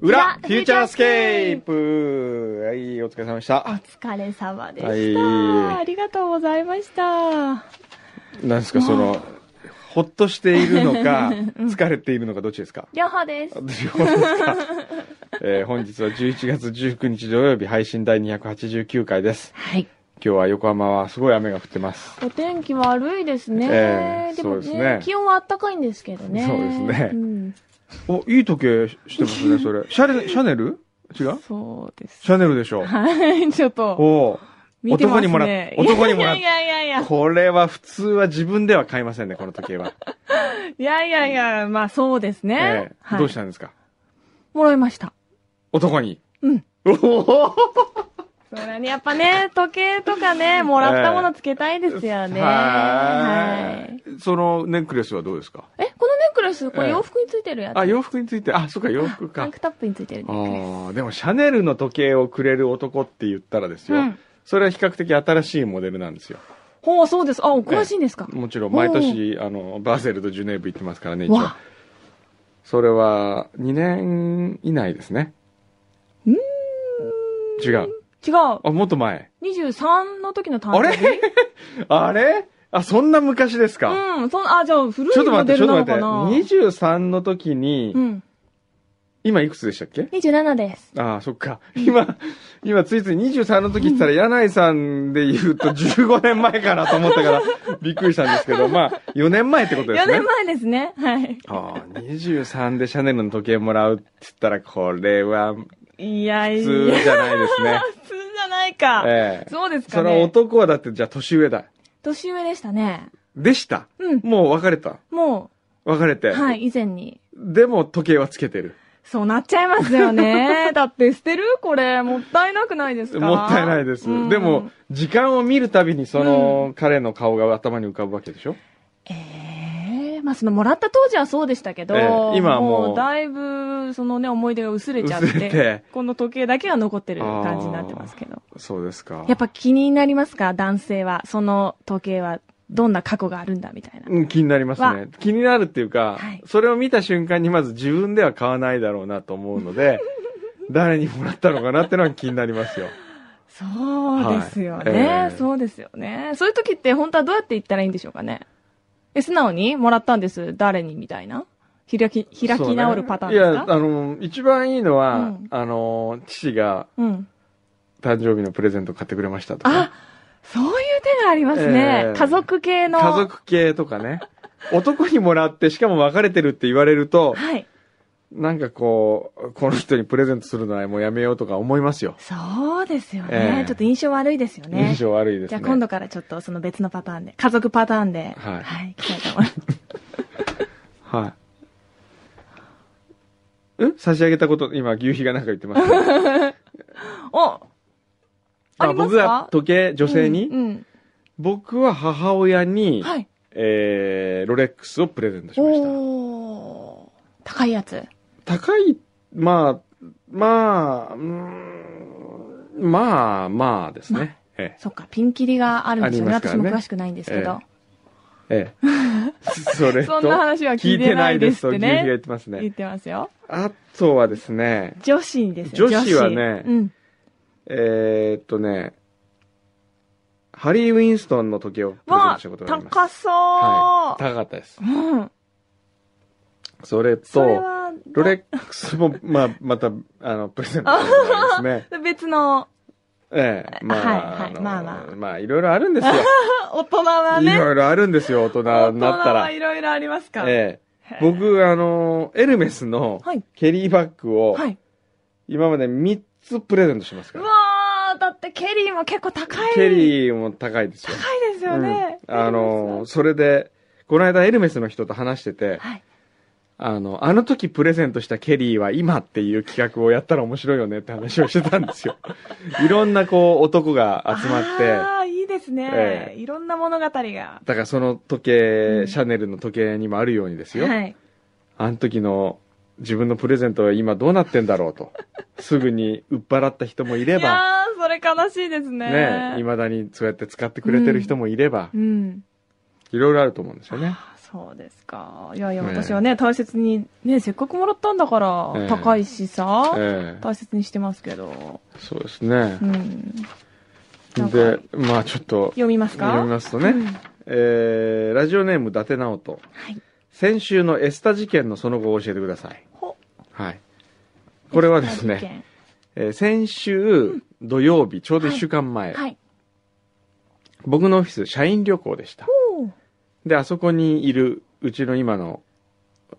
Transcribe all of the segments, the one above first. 裏裏フューチャースケープはい、お疲れ様でした。お疲れ様でした、はいありがとうございました何ですか、その、ほっとしているの か、疲れているのか、どっちですか両方です私はですか えー本日は11月19日土曜日配信第289回です。はい今日は横浜はすごい雨が降ってます。お天気悪いですね、ええでもそうですね気温は暖かいんですけどねそうですねん、お、いい時計してますね、そ れ。シャレ、シャネル違うそうですシャネルでしょ。はいちょっとおー見てます男にねもらっ男にもらっいやいやいやいやこれは普通は自分では買いませんね、この時計は。いやいやいやまあそうですね、えーはい、どうしたんですかもらいました男に。うんおおそれねやっぱね時計と かねもらったものつけたいですよね、ははいい。そのネックレスはどうですかえこのネックレスえこえれ洋服についてるやつ、あ、洋服について、あ、そうか、洋服タかン。クタップについてるネあックレスあ、でもシャネルの時計をくれる男って言ったらですよ。うんそれは比較的新しいモデルなんですよ。ほう、そうです。あ、お詳しいんですか。もちろん、毎年、あの、バーセルとジュネーブ行ってますからね、一応わ。それは、2年以内ですね。うーん違う。違う。あ、もっと前。 23の時の誕あ生日。れ あれあ、そんな昔ですか、うん、そんあ、じゃあ古ちょっいと待モって、デちょルっとな待っのて。かな。 23の時に、うん。今いくつでしたっけ27です。ああ、そっか。今、今、ついつい23の時って言ったら、柳井さんで言うと15年前かなと思ったから、びっくりしたんですけど、まあ、4年前ってことです4ね。年前ですね。はい。ああ、23でシャネルの時計もらうって言ったら、これは、普いやいや。通じゃないですね。普通じゃないか。ええそうですかそのね。男はだって、じゃあ年上だ。年上でしたね。でした。うん。もう別れた。も別れう、て。はい、以前に。でも、時計はつけてる。そうなっちゃいますよね。だって捨てるこれ、もったいなくないですかもったいないです。うんでも、時間を見るたびに、その、彼の顔が頭に浮かぶわけでしょええまあそのもらった当時はそうでしたけど、ええ今はもうだいぶそのね思い出が薄れちゃっ薄てれてこの時計だけが残ってる感じになってますけどそうですか。やっぱ気になりますか男性はその時計はどんな過去があるんだみたいな、うん、気になりますはね。気になるっていうか、はいそれを見た瞬間にまず自分では買わないだろうなと思うの で、誰にもらったのかなってのは気になりますよ。そうですよね、はいええそうですよねそういう時って本当はどうやって言ったらいいんでしょうかねえ素直にもらったんです誰にみたいな開き開き直るパターンですそうねかいや、あの、一番いいのは、うんあの、父がうん誕生日のプレゼント買ってくれましたとあか、そういう手がありますね、ええ家族系の家族系とかね。男にもらって、しかも別れてるって言われると、はいなんかこう、この人にプレゼントするのはもうやめようとか思いますよ。そうですよね、ええちょっと印象悪いですよね。印象悪いですじゃね。あ今度からちょっとその別のパターンで、家族パターンで、はいい、行きたいと思います。はい。え差し上げたこと、今、牛皮がなんか言ってます、 ね。 おありま僕すかは時計、女性に、うんうん僕は母親に、はい。えー、ロレックスをプレゼントしました。おー高いやつ。高い、まあ、まあ、うーん、まあ、まあですね。えそっか、ピンキリがあるんですよね。あります私からもね詳しくないんですけど。え、え え。それと、そんな話は聞聞いいててなないいでですすとっ牛皮てがね。言ってますね言。ってますよ。あとはですね、女子にです女子はねうん。えー、っとね、ハリー・ウィンストンの時計をプレゼンわトしたことがあります。高そう、はい。高かったです。うん。それと、それは、ロレックスも、ま あ、また、あの、プレゼントされたみたいですね。別の、ええ、まあ、はいはいのまあまあまあ、いろいろあるん ですよ。大人はいね、ろいろあるんですよ、大人大に人なったら。はいろいろありますか。ええへ。え僕、あの、エルメスのはい。ケリーバッグを、はい。今まで3つプレゼントしますかうら。わー、だってケリーも結構高い。ケー。リーも高いですよ。高いですよね。うんあの、それで、この間エルメスの人と話してて、はい。あの、あの時プレゼントしたケリーは今っていう企画をやったら面白いよねって話をしてたん ですよ。いろんなこう男が集まって、ああ、いいですえね、いろんな物語が。だからその時計、うんシャネルの時計にもあるようにですよ。はい。あの時の自分のプレゼントは今どうなってんだろうと。すぐに売っ払った人もいいれば、やー、それ悲しいですね。ね、未だにそうやって使ってくれてる人もいれば、うん。いろいろあると思うんですよね。あそうですか。いやいや、ええ私はね、大切に、ね、せっかくもらったんだから、ええ高いしさ、ええ大切にしてますけど。そうですねう。ん。なんかで、まあちょっと、読みますか読みますとね、うんえーラジオネーム伊達直人。はい。先週のエスタ事件のその後を教えてください。ほはい。これはですね、。えー先週土曜日、ちょうど1週間前、はい。僕のオフィス、社員旅行でした。おーで、あそこにいる、うちの今の、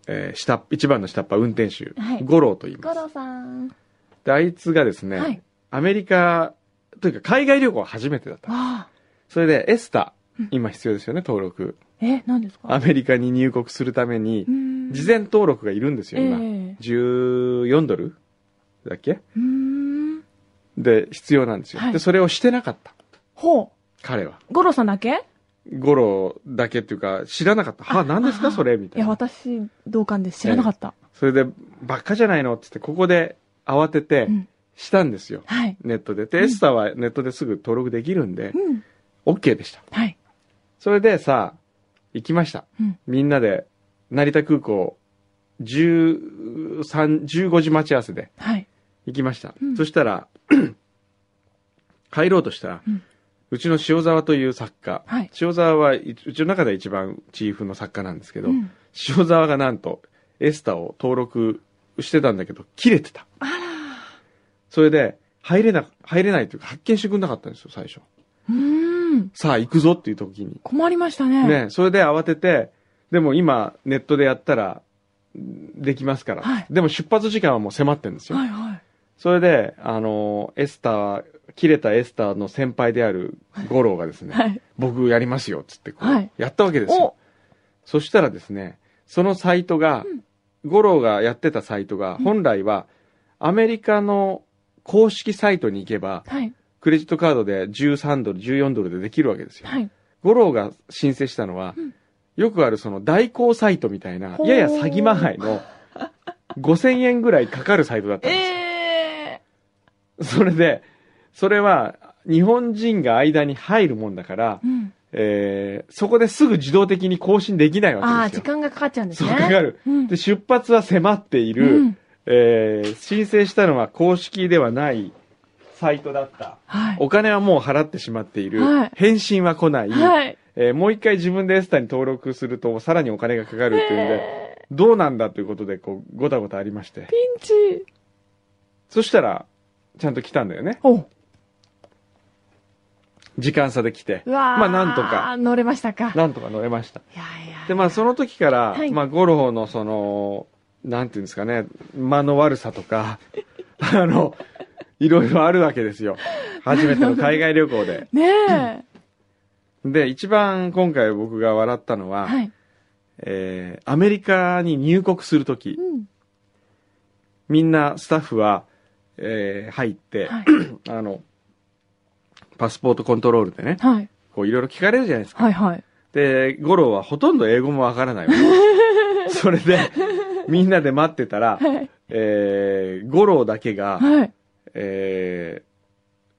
えー下っ、一番の下っ端運転手、はい五郎と言い五ます。郎さん。で、あいつがですね、はいアメリカ、というか海外旅行は初めてだった。ああ。それで、エスタうん、今必要ですよね、登録。え、何ですかアメリカに入国するために、事前登録がいるんですよ、今。ええ14ドルだっけうーん。で、必要なんですよ、はいで、それをしてなかった。ほ彼は。う。五郎さんだけゴロだけっていうか、知らなかった。は、何ですあかそれみたいいや、な。私、同感です。知らなかった。それで、ばっかじゃないのって言って、ここで慌ててうん、したんですよ。はい。ネットで。うで、んエスタはネットですぐ登録できるんで、うん。 OK でした。はい。それでさ、行きました。うんみんなで、成田空港、13、15時待ち合わせではい。行きました。うんそしたら、帰ろうとしたら、ううんちの塩沢という作家、はい塩沢はいうちの中で一番チーフの作家なんですけど、うん塩沢がなんとエスタを登録してたんだけど、切れてた。あら。それで、入れな、入れないというか発見してくれなかったんですよ、最初。うーん。さあ行くぞっていう時に。困りましたね。ね、それで慌てて、でも今ネットでやったら、できますから、はいでも出発時間はもう迫ってるんですよ。はいはい。それで、あの、エスター、切れたエスターの先輩である五郎がですね、はい。僕やりますよ、つってこう、はいやったわけですよ。おそしたらですね、そのサイトが、五郎がやってたサイトが、うん本来は、アメリカの公式サイトに行けば、はい。クレジットカードで13ドル、14ドルでできるわけですよ。はい。五郎が申請したのは、うんよくあるその代行サイトみたいなほ、うやや詐欺まはいの、5000円ぐらいかかるサイトだったんですよ。え えそれで、それは、日本人が間に入るもんだから、ー。うん。えーそこですぐ自動的に更新できないあわあ、けで時すよ。間がかかっちゃうんですね。そうかかる。うん。で、出発は迫っていうる、ん。えー申請したのは公式ではないサイトだった。はい。お金はもう払ってしまっている。はい返信は来ない。はい。えーもう一回自分でエスタに登録すると、さらにお金がかかるっていうんで、えどうなんだということで、こう、ごたごたありましてー。ピンチ。そしたら、ちゃんと来たんだよね。おう時間差で来て。わーまあなんとか。乗れましたか。いなんとか乗れました。やいや。で、まあその時から、はいまあゴルフのその、なんていうんですかね、間の悪さとか、 あの、いろいろあるわけですよ。初めての海外旅行で。ねえ。で、一番今回僕が笑ったのは、はい。えーアメリカに入国するときう、ん。みんなスタッフは、えー入って、はい。あの、パスポートコントロールでね、はい。こういろいろ聞かれるじゃないですか。はいはい。で、ゴロはほとんど英語もわからないわけで す。それで、みんなで待ってたら、はい。えー、五郎だけが、はい。え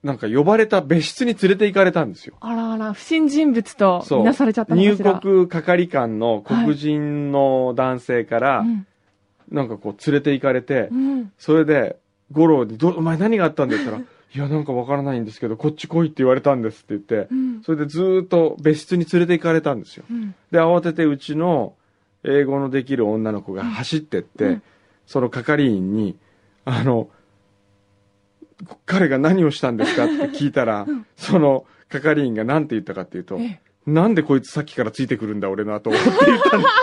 ー、なんか呼ばれた別室に連れて行かれたんですよ。あらあら、不審人物とそうみなされちゃったのか入しら。国係官の黒人の男性から、なんかこう連れて行かれて、うん。うん。それで、五郎に、ど、お前何があったんだって言ったら、いや、なんかわからないんですけど、こっち来いって言われたんですって言ってう、ん。それでずーっと別室に連れて行かれたんですよ。うん。で、慌ててうちの英語のできる女の子が走ってって、うんその係員に、あの、彼が何をしたんですかって聞いたら、その係員が何て言ったかっていうと、ええなんでこいつさっきからついてくるんだ俺の後をって言 ったんです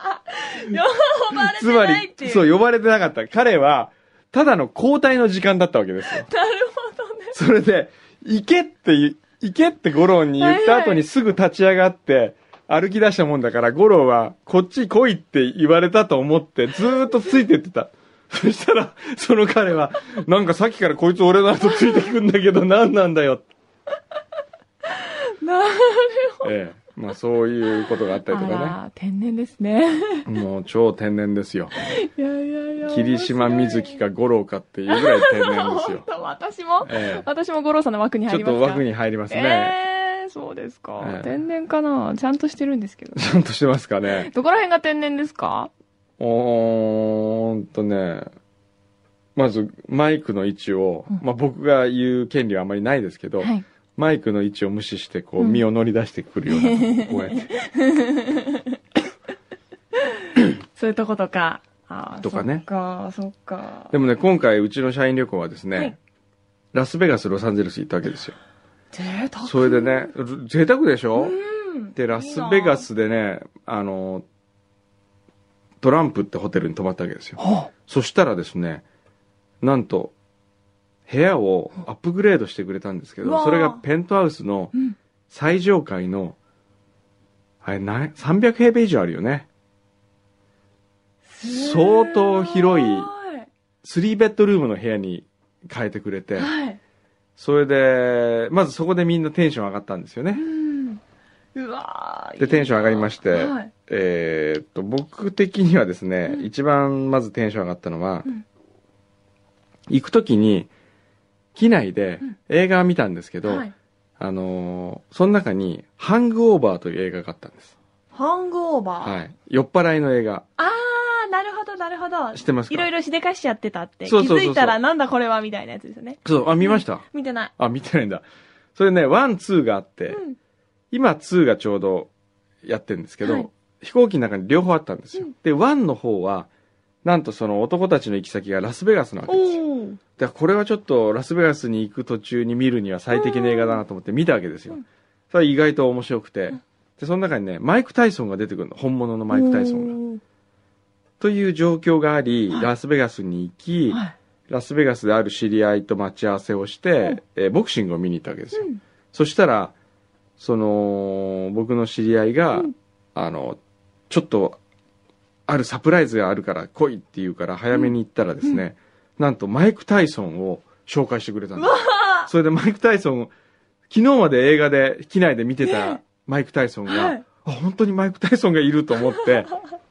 呼ばれつまてないっりてい、う。そう、呼ばれてなかった。彼は、ただの交代の時間だったわけですよ。なるほどね。 それで、行けって言う、行けって五郎に言った後はいはにすぐ立ち上がって、歩き出したもんだから、五郎は、こっち来いって言われたと思って、ずーっとついてってた。 そしたら、その彼は、なんかさっきからこいつ俺の後ついてくんだけど、何なんだよ。なええ。まあ、そういうことがあったりとあ、から天然ですね。ね。もう超天然ですよ。いやいやいや。霧島瑞希か五郎かっていうぐらい天然です本よ。当、私も、 え私も五郎さんの枠にえ。ちょっ入りますかと枠に入りますね。ええそうですか、ええ天然かなちゃんとしてるんですけど。ちゃんとしてますかね。どこら辺が天然ですかおーんとね、まずマイクの位置を、うんまあ僕が言う権利はあまりないですけど、はい。マイクの位置を無視して、こう、うん身を乗り出してくるよう な、こうやって。そういうとことか。あーとかそねっか、そっかで。もね、今回、うちの社員旅行はですね、はいラスベガス、ロサンゼルス行ったわけですよ。贅沢。それでね、贅沢でしょ、うん。で、ラスベガスでね、あの、トランプってホテルに泊まったわけですよ。ほそしたらですね、なんと、部屋をアップグレードしてくれたんですけうわど、ーそれがペントハウスのう。うん。最上階の、あれ、な300平米以上あるよね。相当広いは3ベッドルームの部屋に変えてくれて、はい。それで、まずそこでみんなテンション上がったんですようね。ん。うわーで、テンション上がりまして、はい。えーっと、僕的にはですね、うん一番まずテンション上がったのは、うん行く時に、機内でうん映画を見たんですけど、はい。あのーその中に、ハングオーバーという映画があったんです。ハングオーバー。はい。酔っ払いの映画。あー、なるほど、なるほど。知ってますかいろいろしでかしちゃってたって。そうそうそうそう気づいたらなんだこれはみたいなやつですよね。そう、あ、見ました、見てない。あ、見てないんだ。それね、ワン、ツーがあって、うん。今、ツーがちょうどやってるんですけど、はい飛行機の中に両方あったんですよ。うんで、ワンの方は、なんとその男たちの行き先がラスベガスなわけですよ。おー。だからこれはちょっとラスベガスに行く途中に見るには最適な映画だなと思って見たわけですようん。それは意外と面白くてん。で、その中にね、マイク・タイソンが出てくるの。本物のマイク・タイソンが。ンという状況があり、はいラスベガスに行き、はい。ラスベガスである知り合いと待ち合わせをして、えーボクシングを見に行ったわけですよ。うんそしたら、その、僕の知り合いが、うんあの、ちょっと、あるサプライズがあるから来いって言うから早めに行ったらですね、なんとマイク・タイソンを紹介してくれたんです。それでマイク・タイソンを、昨日まで映画で、機内で見てたマイク・タイソンが、はいあ、本当にマイク・タイソンがいると思って、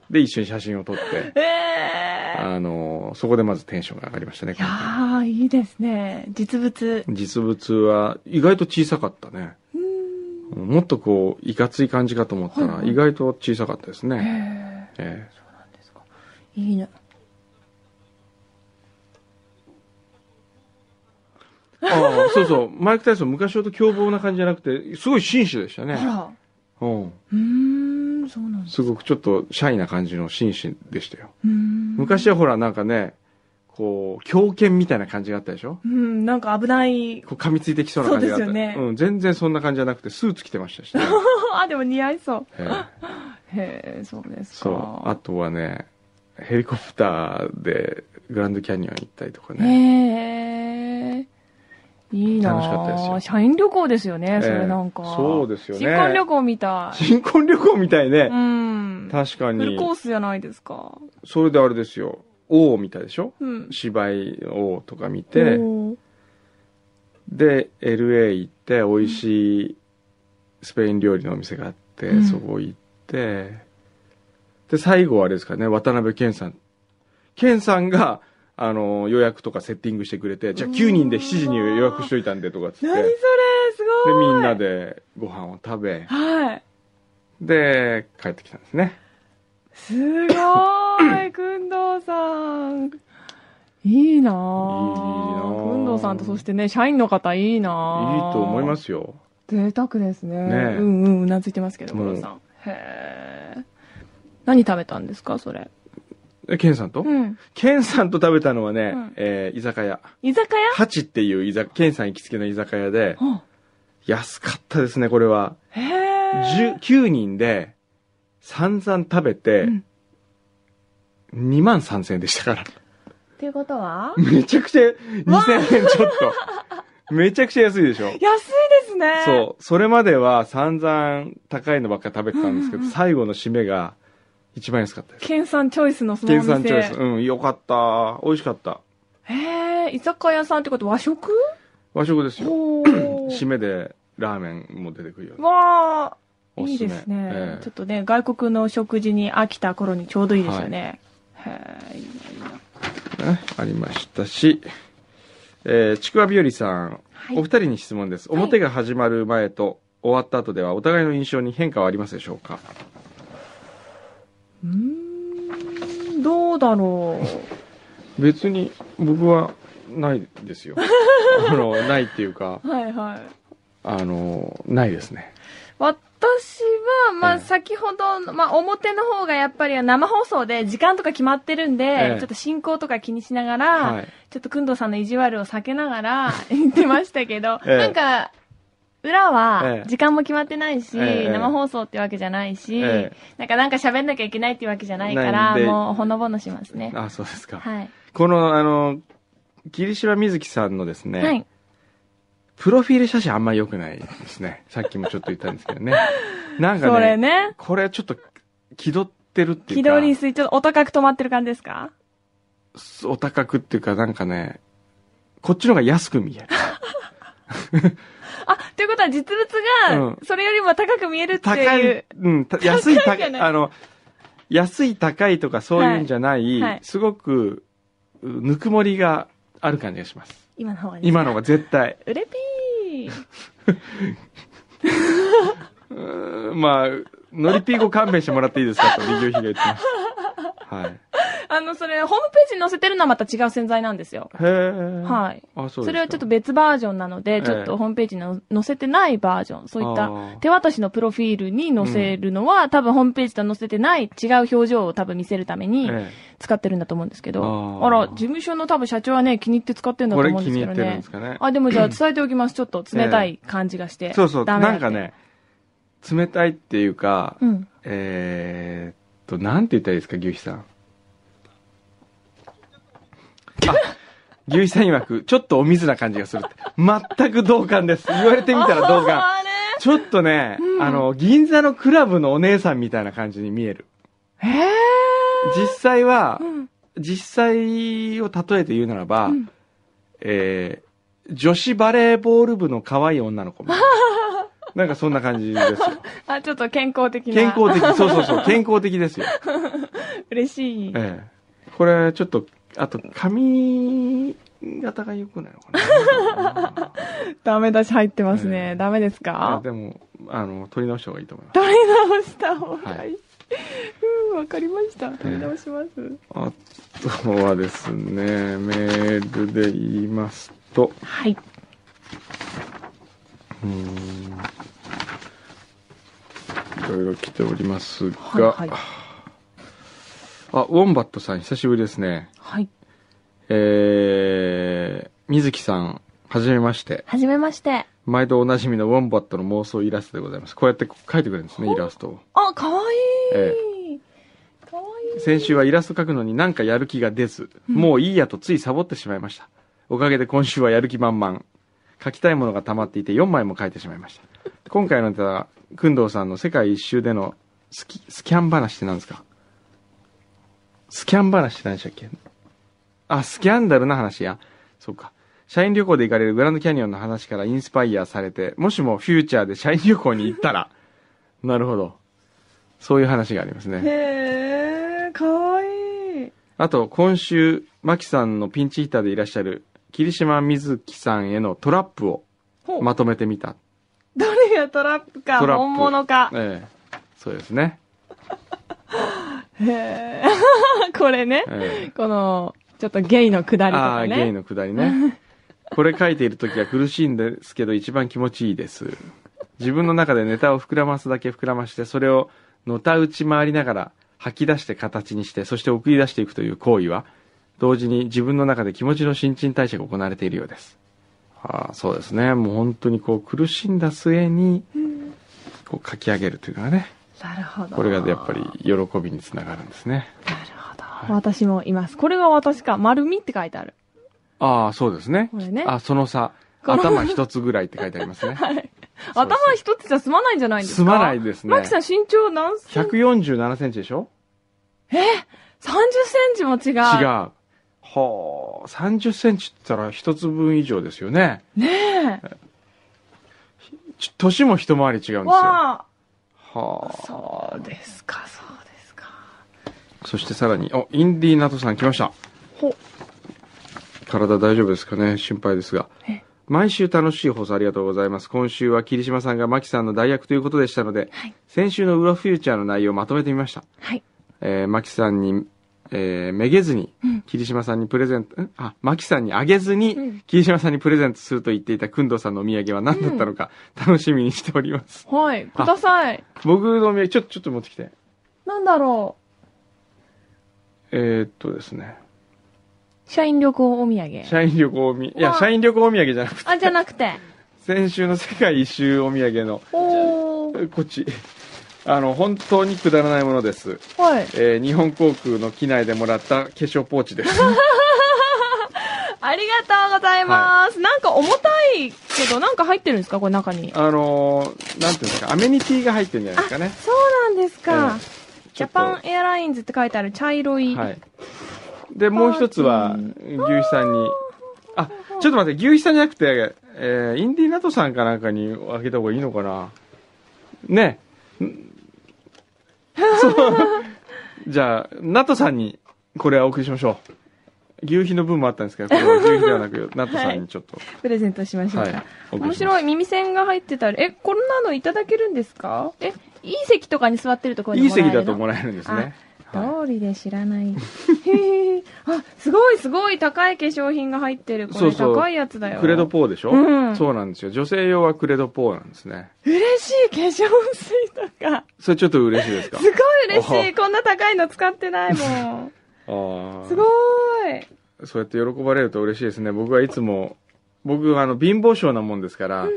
で、一緒に写真を撮って、えー。あの、そこでまずテンションが上がりましたね。いやー、いいですね。実物。実物は意外と小さかったね。うん。もっとこういかつい感じかと思ったはらいはい意外と小さかったですへね、ー。ええいいね。ああそうそうマイク・タイソン昔ほど凶暴な感じじゃなくてすごい紳士でしたあね、ら。うん、うーん、そうなんです。すごくちょっとシャイな感じの紳士でしたようーん。昔はほらなんかねこう狂犬みたいな感じがあったでしょうん、なんか危ない。 こう噛みついてきそうな感じがあったそうですよねうん、全然そんな感じじゃなくてスーツ着てました しね、あ、でも似合いそう。ええへえ、そうですか。そうあとはねヘリコプターでグランドキャニオン行ったりとかね、へえ。いいなあ楽しかったですよ社員旅行ですよね、それなんか。ええそうですよね新婚旅行みたい。新婚旅行みたいね、うん。確かフにルコースじゃないですか。それであれですよ王みたいでしょうん。芝居王とか見ておーで LA 行って美味しいスペイン料理のお店があって、うんそこ行ってで最後はあれですかね渡辺謙さん謙さんがあの予約とかセッティングしてくれてじゃあうわ9人で7時に予約しといたんでとかっつって何それですごい。みんな。でご飯を食べはい。で帰ってきたんですねすご い、くんどうさん。いいいなぁ。いなぁくんどうさんとそしてね、社員の方いいない。いと思いますすよ贅沢ですね。ねえうんうん、うなずいてますけど、くもんうどうさん。へえ。何食べたんですか、それ。え謙さんと、うん。ケンさんと食べたのはね、うんえー居酒屋。居酒屋ハチっていう居酒、ケンさん行きつけの居酒屋で、あ安かったですね、これは。へえ。 9人で、散々食べてうん、 2万3000円でしたから。っていうことはめちゃくちゃ2000円ちょっと。めちゃくちゃ安いでしょ。安いですね。そう。それまでは散々高いのばっか食べてたんですけど、うんうん最後の締めが一番安かったです。ケンさんチョイスのそのお計店。算チョイス。うん、よかった。美味しかった。へえ、居酒屋さんってこと和食和食ですよ。ほ締めでラーメンも出てくるよ。わあ、おいすいすめですね、ええちょっとね、外国の食事に飽きた頃にちょうどいいですよね。へえ、いいな、いいな。ねありましたし、えーちくわびよりさん、はいお二人に質問です。はい表が始まる前と終わった後ではお互いの印象に変化はありますでしょうかうーん、どうだろ別に僕はないです よ。あの、ないっていうか、う。はいはい。あの、ないですね。私は、まえあ、え先ほどの、まあ、表の方がやっぱり生放送で時間とか決まってるんで、ええちょっと進行とか気にしながら、はい。ちょっとくんどうさんの意地悪を避けながら 言ってましたけど、ええなんか、裏えはえ時間も決まってないし、ええ生放送ってわけじゃないし、ええなんかなんか喋んなきゃいけないってわけじゃないかなら、いんでもうほのぼのしますね。あ、そうですか。はい。この、あの、霧島みずきさんのですね、はい。プロフィール写真あんま良くないですね。さっきもちょっと言ったんですけどね。なんそかれね、ね、これちょっと気取ってるってい気うか、取り水、ちょっとお高く止まってる感じですかお高くっていうかなんかね、こっちの方が安く見える。あ、ということは実物うがん、それよりも高く見えるって高いう。い、うん、た 安い高高いじゃい、ないあの、安い高いとかそういうんじゃない、はいはいすごく、うぬくもりがある感じがします。今の方がいいです今の方が絶対。 うれぴー。うーんまあ、ノリピーご勘弁してもらっていいですか と、右ひが言ってます。はい。へあの、それ、ホームページに載せてるのはまた違う洗剤なんですよ。え。はい。あ、そうですかそれはちょっと、別バージョンなので、えちょっとホームページにの載せてないバージョン、そういっあたー手渡しのプロフィールに載せるのは、多分ホームページとは載せてない違う表情を多分見せるためにえ使ってるんだと思うんですけど、あーあら、事務所の多分社長はね、気に入って使ってるんえ、だことれ思うん気ですに入けどってるんねです。かね。あ、でもじゃあ伝えておきます。ちょっと冷たい感じがして。そうそう、ダメだなっんてか。ね、冷たいっていうか、うん。えー、っと、なんて言ったらいいですか、牛肥さん。あ、牛肥さん曰く、ちょっとお水な感じがするって。全く同感です。言われてみたら同感。あれちょっとね、うんあの、銀座のクラブのお姉さんみたいな感じに見える。へえ。実際はう、ん。実際を例えて言うならば、うんえー女子バレーボール部の可愛い女の子みたいな。なんかそんな感じですよ。 あ、ちょっと健康的な。健康的、そうそうそう、健康的ですよ。嬉しい。ええ。これ、ちょっと、あと、髪型が良くないのかなダメ出し入ってますえね。えダメですいかやでも、あの、取り直した方がいいと思います。取り直した方がはいいい。うん、わかりました。取り直します。あとはですね、メールで言いますと、はい。うーんいろいろ来ておりますが、はい、はい。あ、ウォンバットさん、久しぶりですね。はい。えー、水木さん、はじめまして。はじめまして。毎度おなじみのウォンバットの妄想イラストでございます。こうやって描いてくれるんですね、イラストを。あ、かわいえい。かわいい。先週はイラスト描くのになんかやる気が出ず、もういいやとついサボってしまいました。おかげで今週はやる気満々。描きたいものが溜まっていて4枚も描いてしまいました。今回のネタは、くんどうさんの世界一周でのスキスキャン話って何ですかスキャン話って何でしたっけあ、スキャンダルな話や。そうか。社員旅行で行かれるグランドキャニオンの話からインスパイアされて、もしもフューチャーで社員旅行に行ったら、 なるほど。そういう話がありますね。へえ、かわいい。あと、今週、マキさんのピンチヒッターでいらっしゃる、霧島みずきさんへのトラップをほうまとめてみた。どれがトラップか、トラップ本物か。ええ。そうですね。へえ。 これね。ええこの、ちょっとゲイのくだりとああかー、ね。ゲイのくだりね。これ書いている時は苦しいんですけど、一番気持ちいいです。自分の中でネタを膨らますだけ膨らまして、それをのたうち回りながら吐き出して形にして、そして送り出していくという行為は、同時に自分の中で気持ちの新陳代謝が行われているようです。ああ、そうですね。もう本当にこう苦しんだ末に、こう書き上げるというのはね、なるほど。これがやっぱり喜びにつながるんですね。なるほど、私もいます。これが私か。丸みって書いてある。ああ、そうですね。これねあ、その差。この頭一つぐらいって書いてありますね。 はい。そう頭一つじゃ済まないんじゃないですかすまないでですねマ。キさん身長何センチ147センチでしょ ?30 センチも違違う。う。はあ、30センチって言ったら一つ分以上ですよね。ねえ。ち年も一回り違うんですよ。はわあ。あ。そうですか、そうですか。そしてさらに、お、インディーナトさん来ました。ほ、体大丈夫ですかね心配ですがえ。毎週楽しい放送ありがとうございます。今週は霧島さんがマキさんの代役ということでしたので、はい先週の裏フューチャーの内容をまとめてみました。はい。えー、マキさんに、えーめげずに、霧島さんにプレゼント、んあ、マキさんにあげずに、うん霧島さんにプレゼントすると言っていたくんどさんのお土産は何だったのか、楽しみにしております。はい、ください。僕のお土産、ちょっと、ちょっと持ってきて。なんだろえー、っとですね。う。社員旅行お土産。社員旅行おみ、いや、わあ社員旅行お土産じゃなくて、あ、じゃなくて。先週の世界一周お土産の、おー。こっち。あの、本当にくだらないものです。はい。えー日本航空の機内でもらった化粧ポーチ です。ありがとうございます。なんか重たいけど、なんか入ってるんですかこれ中に。あのーなんていうんですか、アメニティが入ってるんじゃないですかね。そうなんですか。えジャパンエアラインズって書いてある茶色い。はい。で、もう一つは、パ牛肥さんに、あ、ちょっと待って、牛肥さんじゃなくて、えーインディーナトさんかなんかにあげた方がいいのかな。ね。んそう。じゃあ、ナトさんに、これはお送りしましょう。牛肥の分もあったんですけど、これは牛肥ではなく、ナトさんにちょっと、プレゼントしましょうはいか。。お送面りしま白すい耳栓が入ってたり、え、こんなのいただけるんですかえ、いい席とかに座ってるところにいいもらえる席のだともらえるんですね。はい通りで知らない。へえ。あ、すごいすごい高い化粧品が入ってる。これそうそう高いやつだよ。クレドポーでしょ、うんそうなんですよ。女性用はクレドポーなんですね。嬉しい化粧水とか。それちょっと嬉しいですかすごい嬉しい。おこんな高いの使ってない もん。あーすごい。そうやって喜ばれると嬉しいですね。僕はいつも、僕はあの貧乏症なもんですから、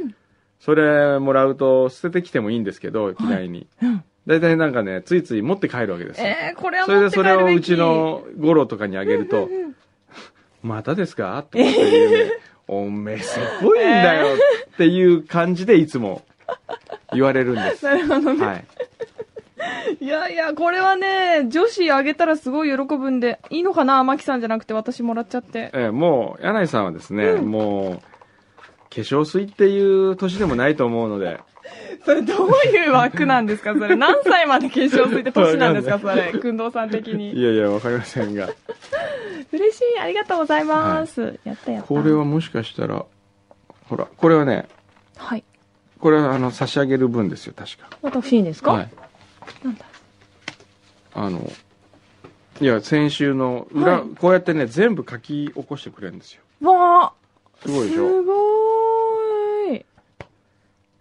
それもらうと捨ててきてもいいんですけど、機内に。うん大体なんかね、ついつい持って帰るわけですよ。えー、これはそれ持でって帰そるべきれをうちの五郎とかにあげると、またですかとかっていう ね、おめえすごいんだよっていう感じでいつも言われるん です。なるほどね。はい。いやいや、これはね、女子あげたらすごい喜ぶんで、いいのかなマキさんじゃなくて私もらっち ゃって。ええもう、柳井さんはですね、もう、化粧水っていう年でもないと思うので、それどういう枠なんですかそれ。何歳まで化粧水って年なんですかそれ。くんどうさん的にい。やいや、わかりませんが。嬉しい。ありがとうございます。やったやった。これはもしかしたら、ほら、これはね、はい。これはあの、差し上げる分ですよ、確か。私いいんですか、はい。なんだあの、いや、先週の裏、はいこうやってね、全部書き起こしてくれるんですよ。わあすごいでしすょ。ごーい。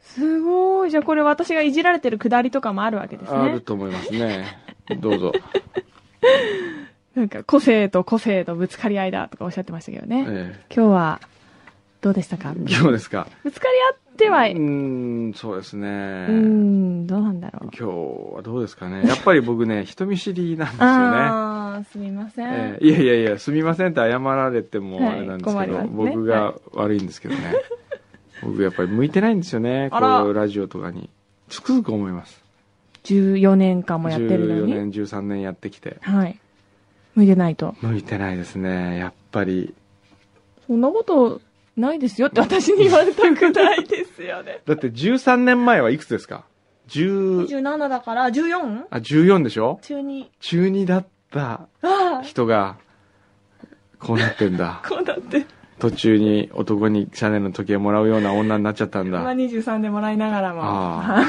すごい。じゃあこれ私がいじられてるくだりとかもあるわけですあるね。と思いますね。どう ぞ。なんか個性と個性とぶつかり合いだとかおっしゃってましたけどね。ええ今日はどうでしたか今日ですか。ぶつかり合っては、ううーん、そうですね。ーん、どうなんだろう。今日はどうですかね。やっぱり僕ね、人見知りなんですよね。ああ、すみません。ええいやいやいや、すみませんって謝られてもあれなんですはけいど、困りますね僕が悪いんですけど ね。僕やっぱり向いてないんですよね。こあらういうラジオとかに。つくづく思います。 14年間もやってるの14に。年、13年やってきて。はい。向いてないと。向いてないですね。やっぱり。そんなことないですよって私に言われたくないですよ ね。だって13年前はいくつですか ?10、 27だから 14? あ、14でしょ中2。中2だったあ人が、こうなってんだあ、。こうだって。途中に男にシャネルの時計もらうような女になっちゃったん まだ。あ23でもらいながらも。ああ。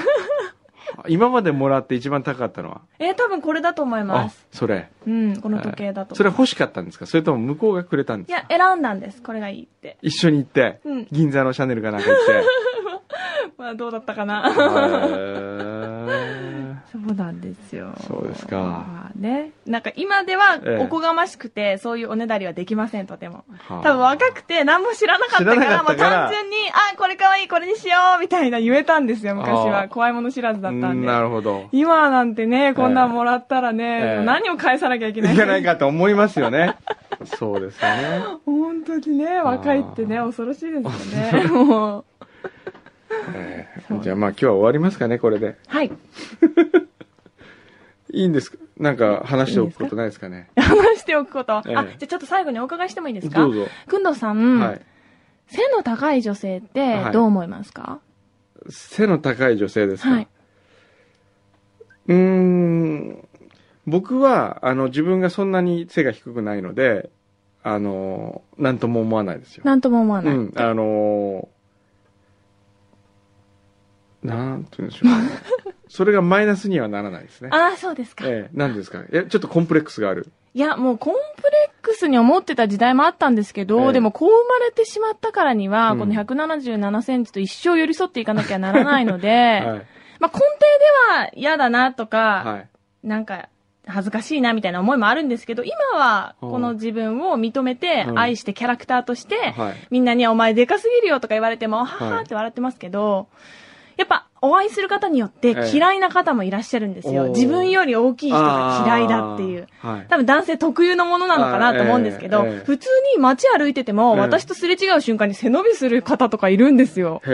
今までもらって一番高かったのは えー、多分これだと思いまあす。、それ。うん、この時計だと。それ欲しかったんですかそれとも向こうがくれたんいですやか、選んだんです。これがいいって。一緒に行って、うん銀座のシャネルかなんか行って。まあ、どうだったかへな。ーそうなんですよ。そうですかまあね。なんか今ではええおこがましくて、そういうおねだりはできません、とても。はあ 多分若くて何も知らなかったか知ら、らなかもっうたから単純に、あ、これかわいい、これにしよう、みたいな言えたんですよ、昔あは。あ怖いもの知らずだったんで。なるほど。今なんてね、こんなんもらったらね、ええもう何を返さなきゃいけいない。 かないかと思いますよね。そうですよね。本当にね、若いってね、あー恐ろしいですよね。も う。えーじゃあまあ今日は終わりますかね、これで。はい。いいんですかなんか話しておくことないですかね。 話しておくこと。あ、ええじゃあちょっと最後にお伺いしてもいいですかどうぞ、くんどうさん、はい。背の高い女性ってはいどう思いますか背の高い女性ですか、はい。うーん。僕は、あの、自分がそんなに背が低くないので、あの、なんとも思わないですよ。なんとも思わうない。ん、あのなんて言うんでしょう、 ね。それがマイナスにはならないですね。ああ、そうですか。ええ、なんですかえ、ちょっとコンプレックスがある。いや、もうコンプレックスに思ってた時代もあったんですけど、ええでもこう生まれてしまったからには、うんこの177センチと一生寄り添っていかなきゃならないの で、はい。まあ根底では嫌だなとか、はい。なんか恥ずかしいなみたいな思いもあるんですけど、今はこの自分を認めてう、ん愛してキャラクターとして、はい。みんなにお前でかすぎるよとか言われても、ははーって笑ってますけど、やっぱお会いする方によってええ嫌いな方もいらっしゃるんですよ。おー自分より大きい人が嫌いだっていう。あー。はい。多分男性特有のものなのかなと思うんですけど、あーええええ普通に街歩いてても、ええ私とすれ違う瞬間に背伸びする方とかいるんですよ。へえ。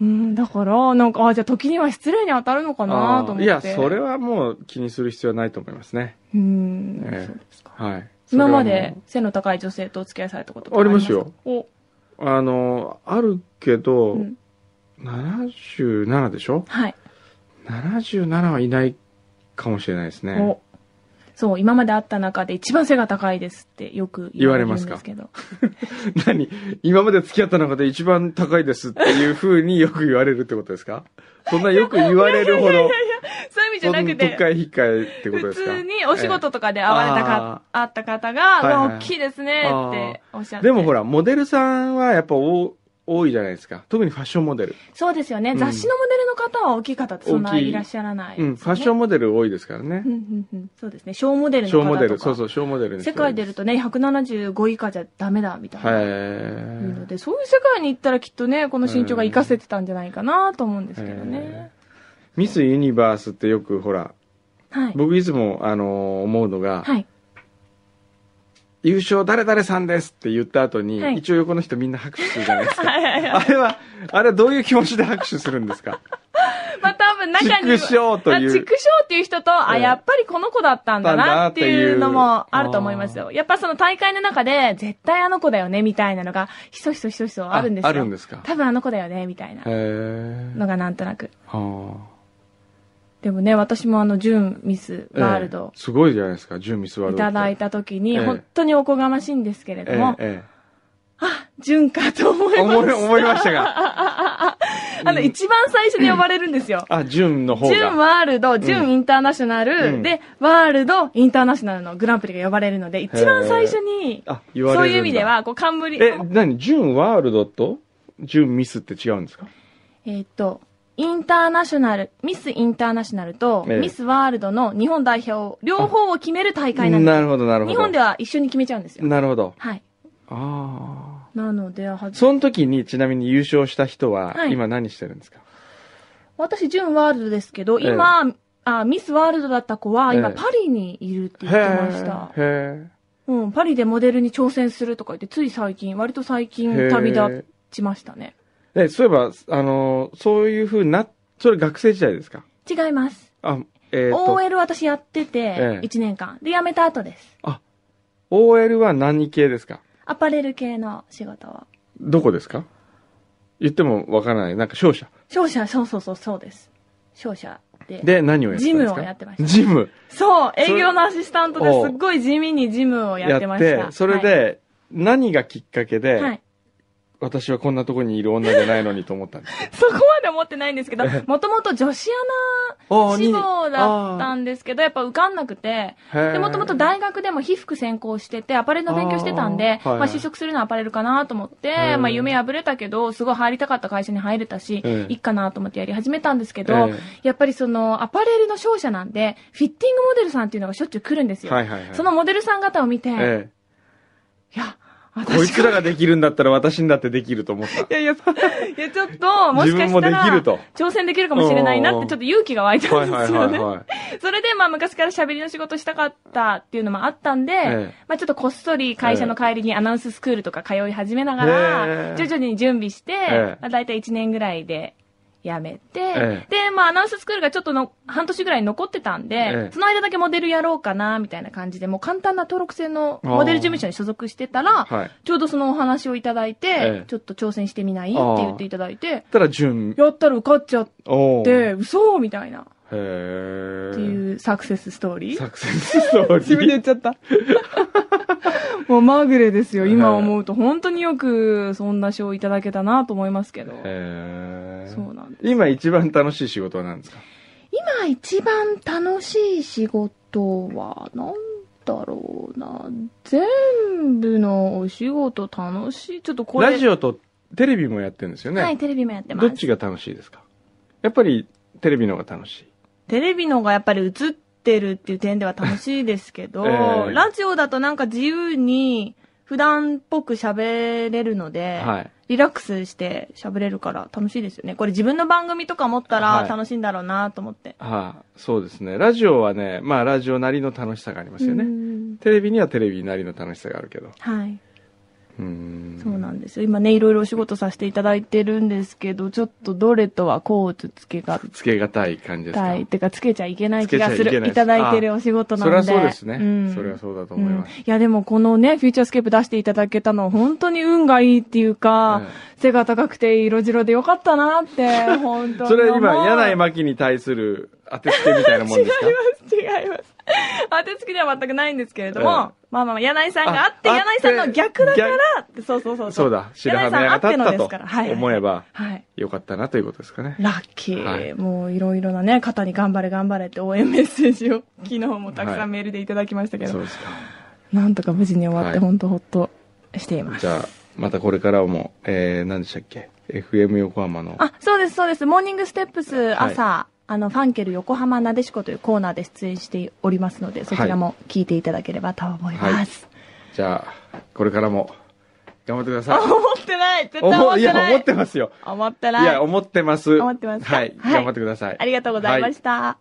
うん、だから、なんか、あじゃあ時には失礼に当たるのかなと思って。いや、それはもう気にする必要はないと思いますね。うん、ええそうですか。はい。今まそれはでも背の高い女性とお付き合いされたこととかありますよあかお、う。あの、あるけど、うん77でしょはい。 ?77 はいないかもしれないですね。おそう、今まで会った中で一番背が高いですってよく言われるんですけど。何今まで付き合った中で一番高いですっていうふうによく言われるってことですかそんなよく言われるほど、 そういう意味じそゃんななく特て、会引っかえってこと普ですか通にお仕事とかで会われたか、会った方が、はいはいうわ、大きいですねっておっしゃえっえて。でもほら、モデルさんはやっぱ多多いじゃないですか。特にファッションモデル。そうですよね、うん雑誌のモデルの方は大きい方ってそんな大きいいらっしゃらない、うん、ファッションモデル多いですからねうん。うんうんそうですね。小モデルの方小とか。モデル、そうそう、小モデルに世界出ると。とね、175以下じゃダメだみたいな。はい。いうので、そういう世界に行ったらきっとね、この身長が活かせてたんじゃないかなと思うんですけどね。ミスユニバースってよくほら、はい。僕いつも、あのー思うのが、はい。優勝誰々さんですって言った後に、はい一応横の人みんな拍手するじゃないですか。はいはいは あれは、あれはどういう気持ちで拍手するんですかい。まあ多分中に畜も。生というあ畜生っていう人と、あ、ええやっぱりこの子だったんだなっていうのもあると思いますあよ。やっぱその大会の中で、絶対あの子だよね、みたいなのが、ひそひそひそひそあるんですよ。あるんですか。多分あの子だよね、みたいなへーのがなんとなく。はでもね、私もあの、準ミスあワールドええすごいじゃないですか、準ミスワーいルドって。ただいた時に、ええ本当におこがましいんですけれどえも、え準かと思ええいま思いした。思いました が、あの、一番最初に呼ばれるんですよ。あ、準の方が。準ワールド、準インターナショナル、うんで、ワールド、インターナショナルのグランプリが呼ばれるので、一番最初に、あ、言われるんだそういう意味で。は、こう、冠、え、何準ワールドと準ミスって違うんですかえーっと、インターナショナル、ミスインターナショナルと、ええミスワールドの日本代表、両方を決める大会なんなでるほど、なるほす。ど。日本では一緒に決めちゃうんですよ。なるほど。はい。ああ。なので、はじその時にちなみに優勝した人はは、い今何してるんですか、私、準ワールドですけど、今、あミスワールドだった子は、今、ええパリにいるって言ってました。へえ。うん、パリでモデルに挑戦するとか言って、つい最近、割と最近へー旅立ちましたね。え、そういえば、あのー、そういうふうにな、それ学生時代ですか違います。あ、えっ、と、 OL 私やっててえ、え1年間。で、辞めた後です。 OL は何系ですかアパレル系の仕事を。どこですか言ってもわからない。なんか商社。商社、そうそうそう、そうです。商社で。で、何をやってたんですかジムをやってましたジムそう、営それ業のアシスタントでおすっごい地味にジムをややっっててました。それはで、何がきっかけで、い、 はい。私はこんなとこにいる女じゃないのにと思ったんですかそこまで思ってないんですけど、もともと女子アナ志望だったんんですけど、やっぱ受かんなくて、で、でもともと大学でも被服専攻してて、アパレルの勉強してたんで、あーはいはいまあ就職するのはアパレルかなと思って、ーまあ夢破れたけど、すごい入りたかった会社に入れたし、ええいいかなと思ってやり始めたんですけど、ええやっぱりそのアパレルの商社なんで、フィッティングモデルさんっていうのがしょっちゅう来るんですよ。はいはいはい。そのモデルさん方を見て、えいや、私こいつらができるんだったら私にだってできると思ったい。やいや、そういやちょっと、もし自か分しもたできらる、と。挑戦できるかもしれないなって、ちょっと勇気が湧いたはんいではいすはよいね。はい。それで、まあ、昔から喋りの仕事したかったっていうのもあったんで、えまあ、ちょっとこっそり会社の帰りにアナウンススクールとか通い始めながら、ええ徐々に準備して、ええまあ、大体1年ぐらいで辞めて、えで、まあ、アナウンススクールがちょっとの半年ぐらい残ってたんで、ええその間だけモデルやろうかな、みたいな感じで、もう簡単な登録制のモデル事務所に所属してたら、はい。ちょうどそのお話をいただいて、ええちょっと挑戦してみないって言っていただいて、たら準やったら受かっちゃっおーて、嘘みたいな、へーっていうサクセスストーリー。作戦ストーリー。自分で言っちゃった。もうまぐれですよ。今はい思うと本当によくそんな賞いただけたなと思いますけど。へーそうなんです。今一番楽しい仕事は何ですか今一番楽しい仕事は何だろうな。全部のお仕事楽しい。ちょっとこれ。ラジオとテレビもやってるんですよね。はい、テレビもやってます。どっちが楽しいですかやっぱりテレビの方が楽しい。テレビの方がやっぱり映ってるっていう点では楽しいですけど、ええラジオだとなんか自由に普段っぽく喋れるので、はい。リラックスして喋れるから楽しいですよね。これ自分の番組とか持ったらはい楽しいんだろうなと思って。はあ、そうですね。ラジオはね、まあラジオなりの楽しさがありますようね。んテレビにはテレビなりの楽しさがあるけど。はい。うーんそうなんですよ。今ね、いろいろお仕事させていただいてるんですけど、ちょっとどれとはこうつつけがつけがたい感じですか。たい。てか、つけちゃいけない気がすつけちゃいける。ないいただいてるお仕事そなんで。れはそうですね。うんそれはそうだと思います。うんいや、でもこのね、フューチャースケープ出していただけたのは本当に運がいいっていうか、え背が高くて色白でよかったなって、本当に思う。それは今、柳井違いま真紀に対する当てつけみたいなもんですかす、違います。当てつけでは全くないんですけれども、ええまあまあ、柳井さんがあって、あ柳井さんの逆だからって、そう そうそう。そうだ、白羽の柳井矢さんあがっ立てのですっかたら。はい。と思えば、はい。よかったなということですかね。ラッキー、はいもういろいろなね、方に頑張れ頑張れって応援メッセージを昨日もたくさんメールでいただきましたけど、そうですか。なんとか無事に終わっはいて、本当ほっとしています。じゃあ、またこれからも、えー、何でしたっけ ?FM 横浜の。あ、そうです、そうです。モーニングステップスはい朝、あの、ファンケル横浜なでしこというコーナーで出演しておりますので、そちらも聞いていただければと思います。じゃあ、これからも、頑張ってください。 思ってない絶対思思っいてや、ない思ってますよ。思っていないや、思ってます。思ってますかはい。はい頑張ってください。ありがとうございました。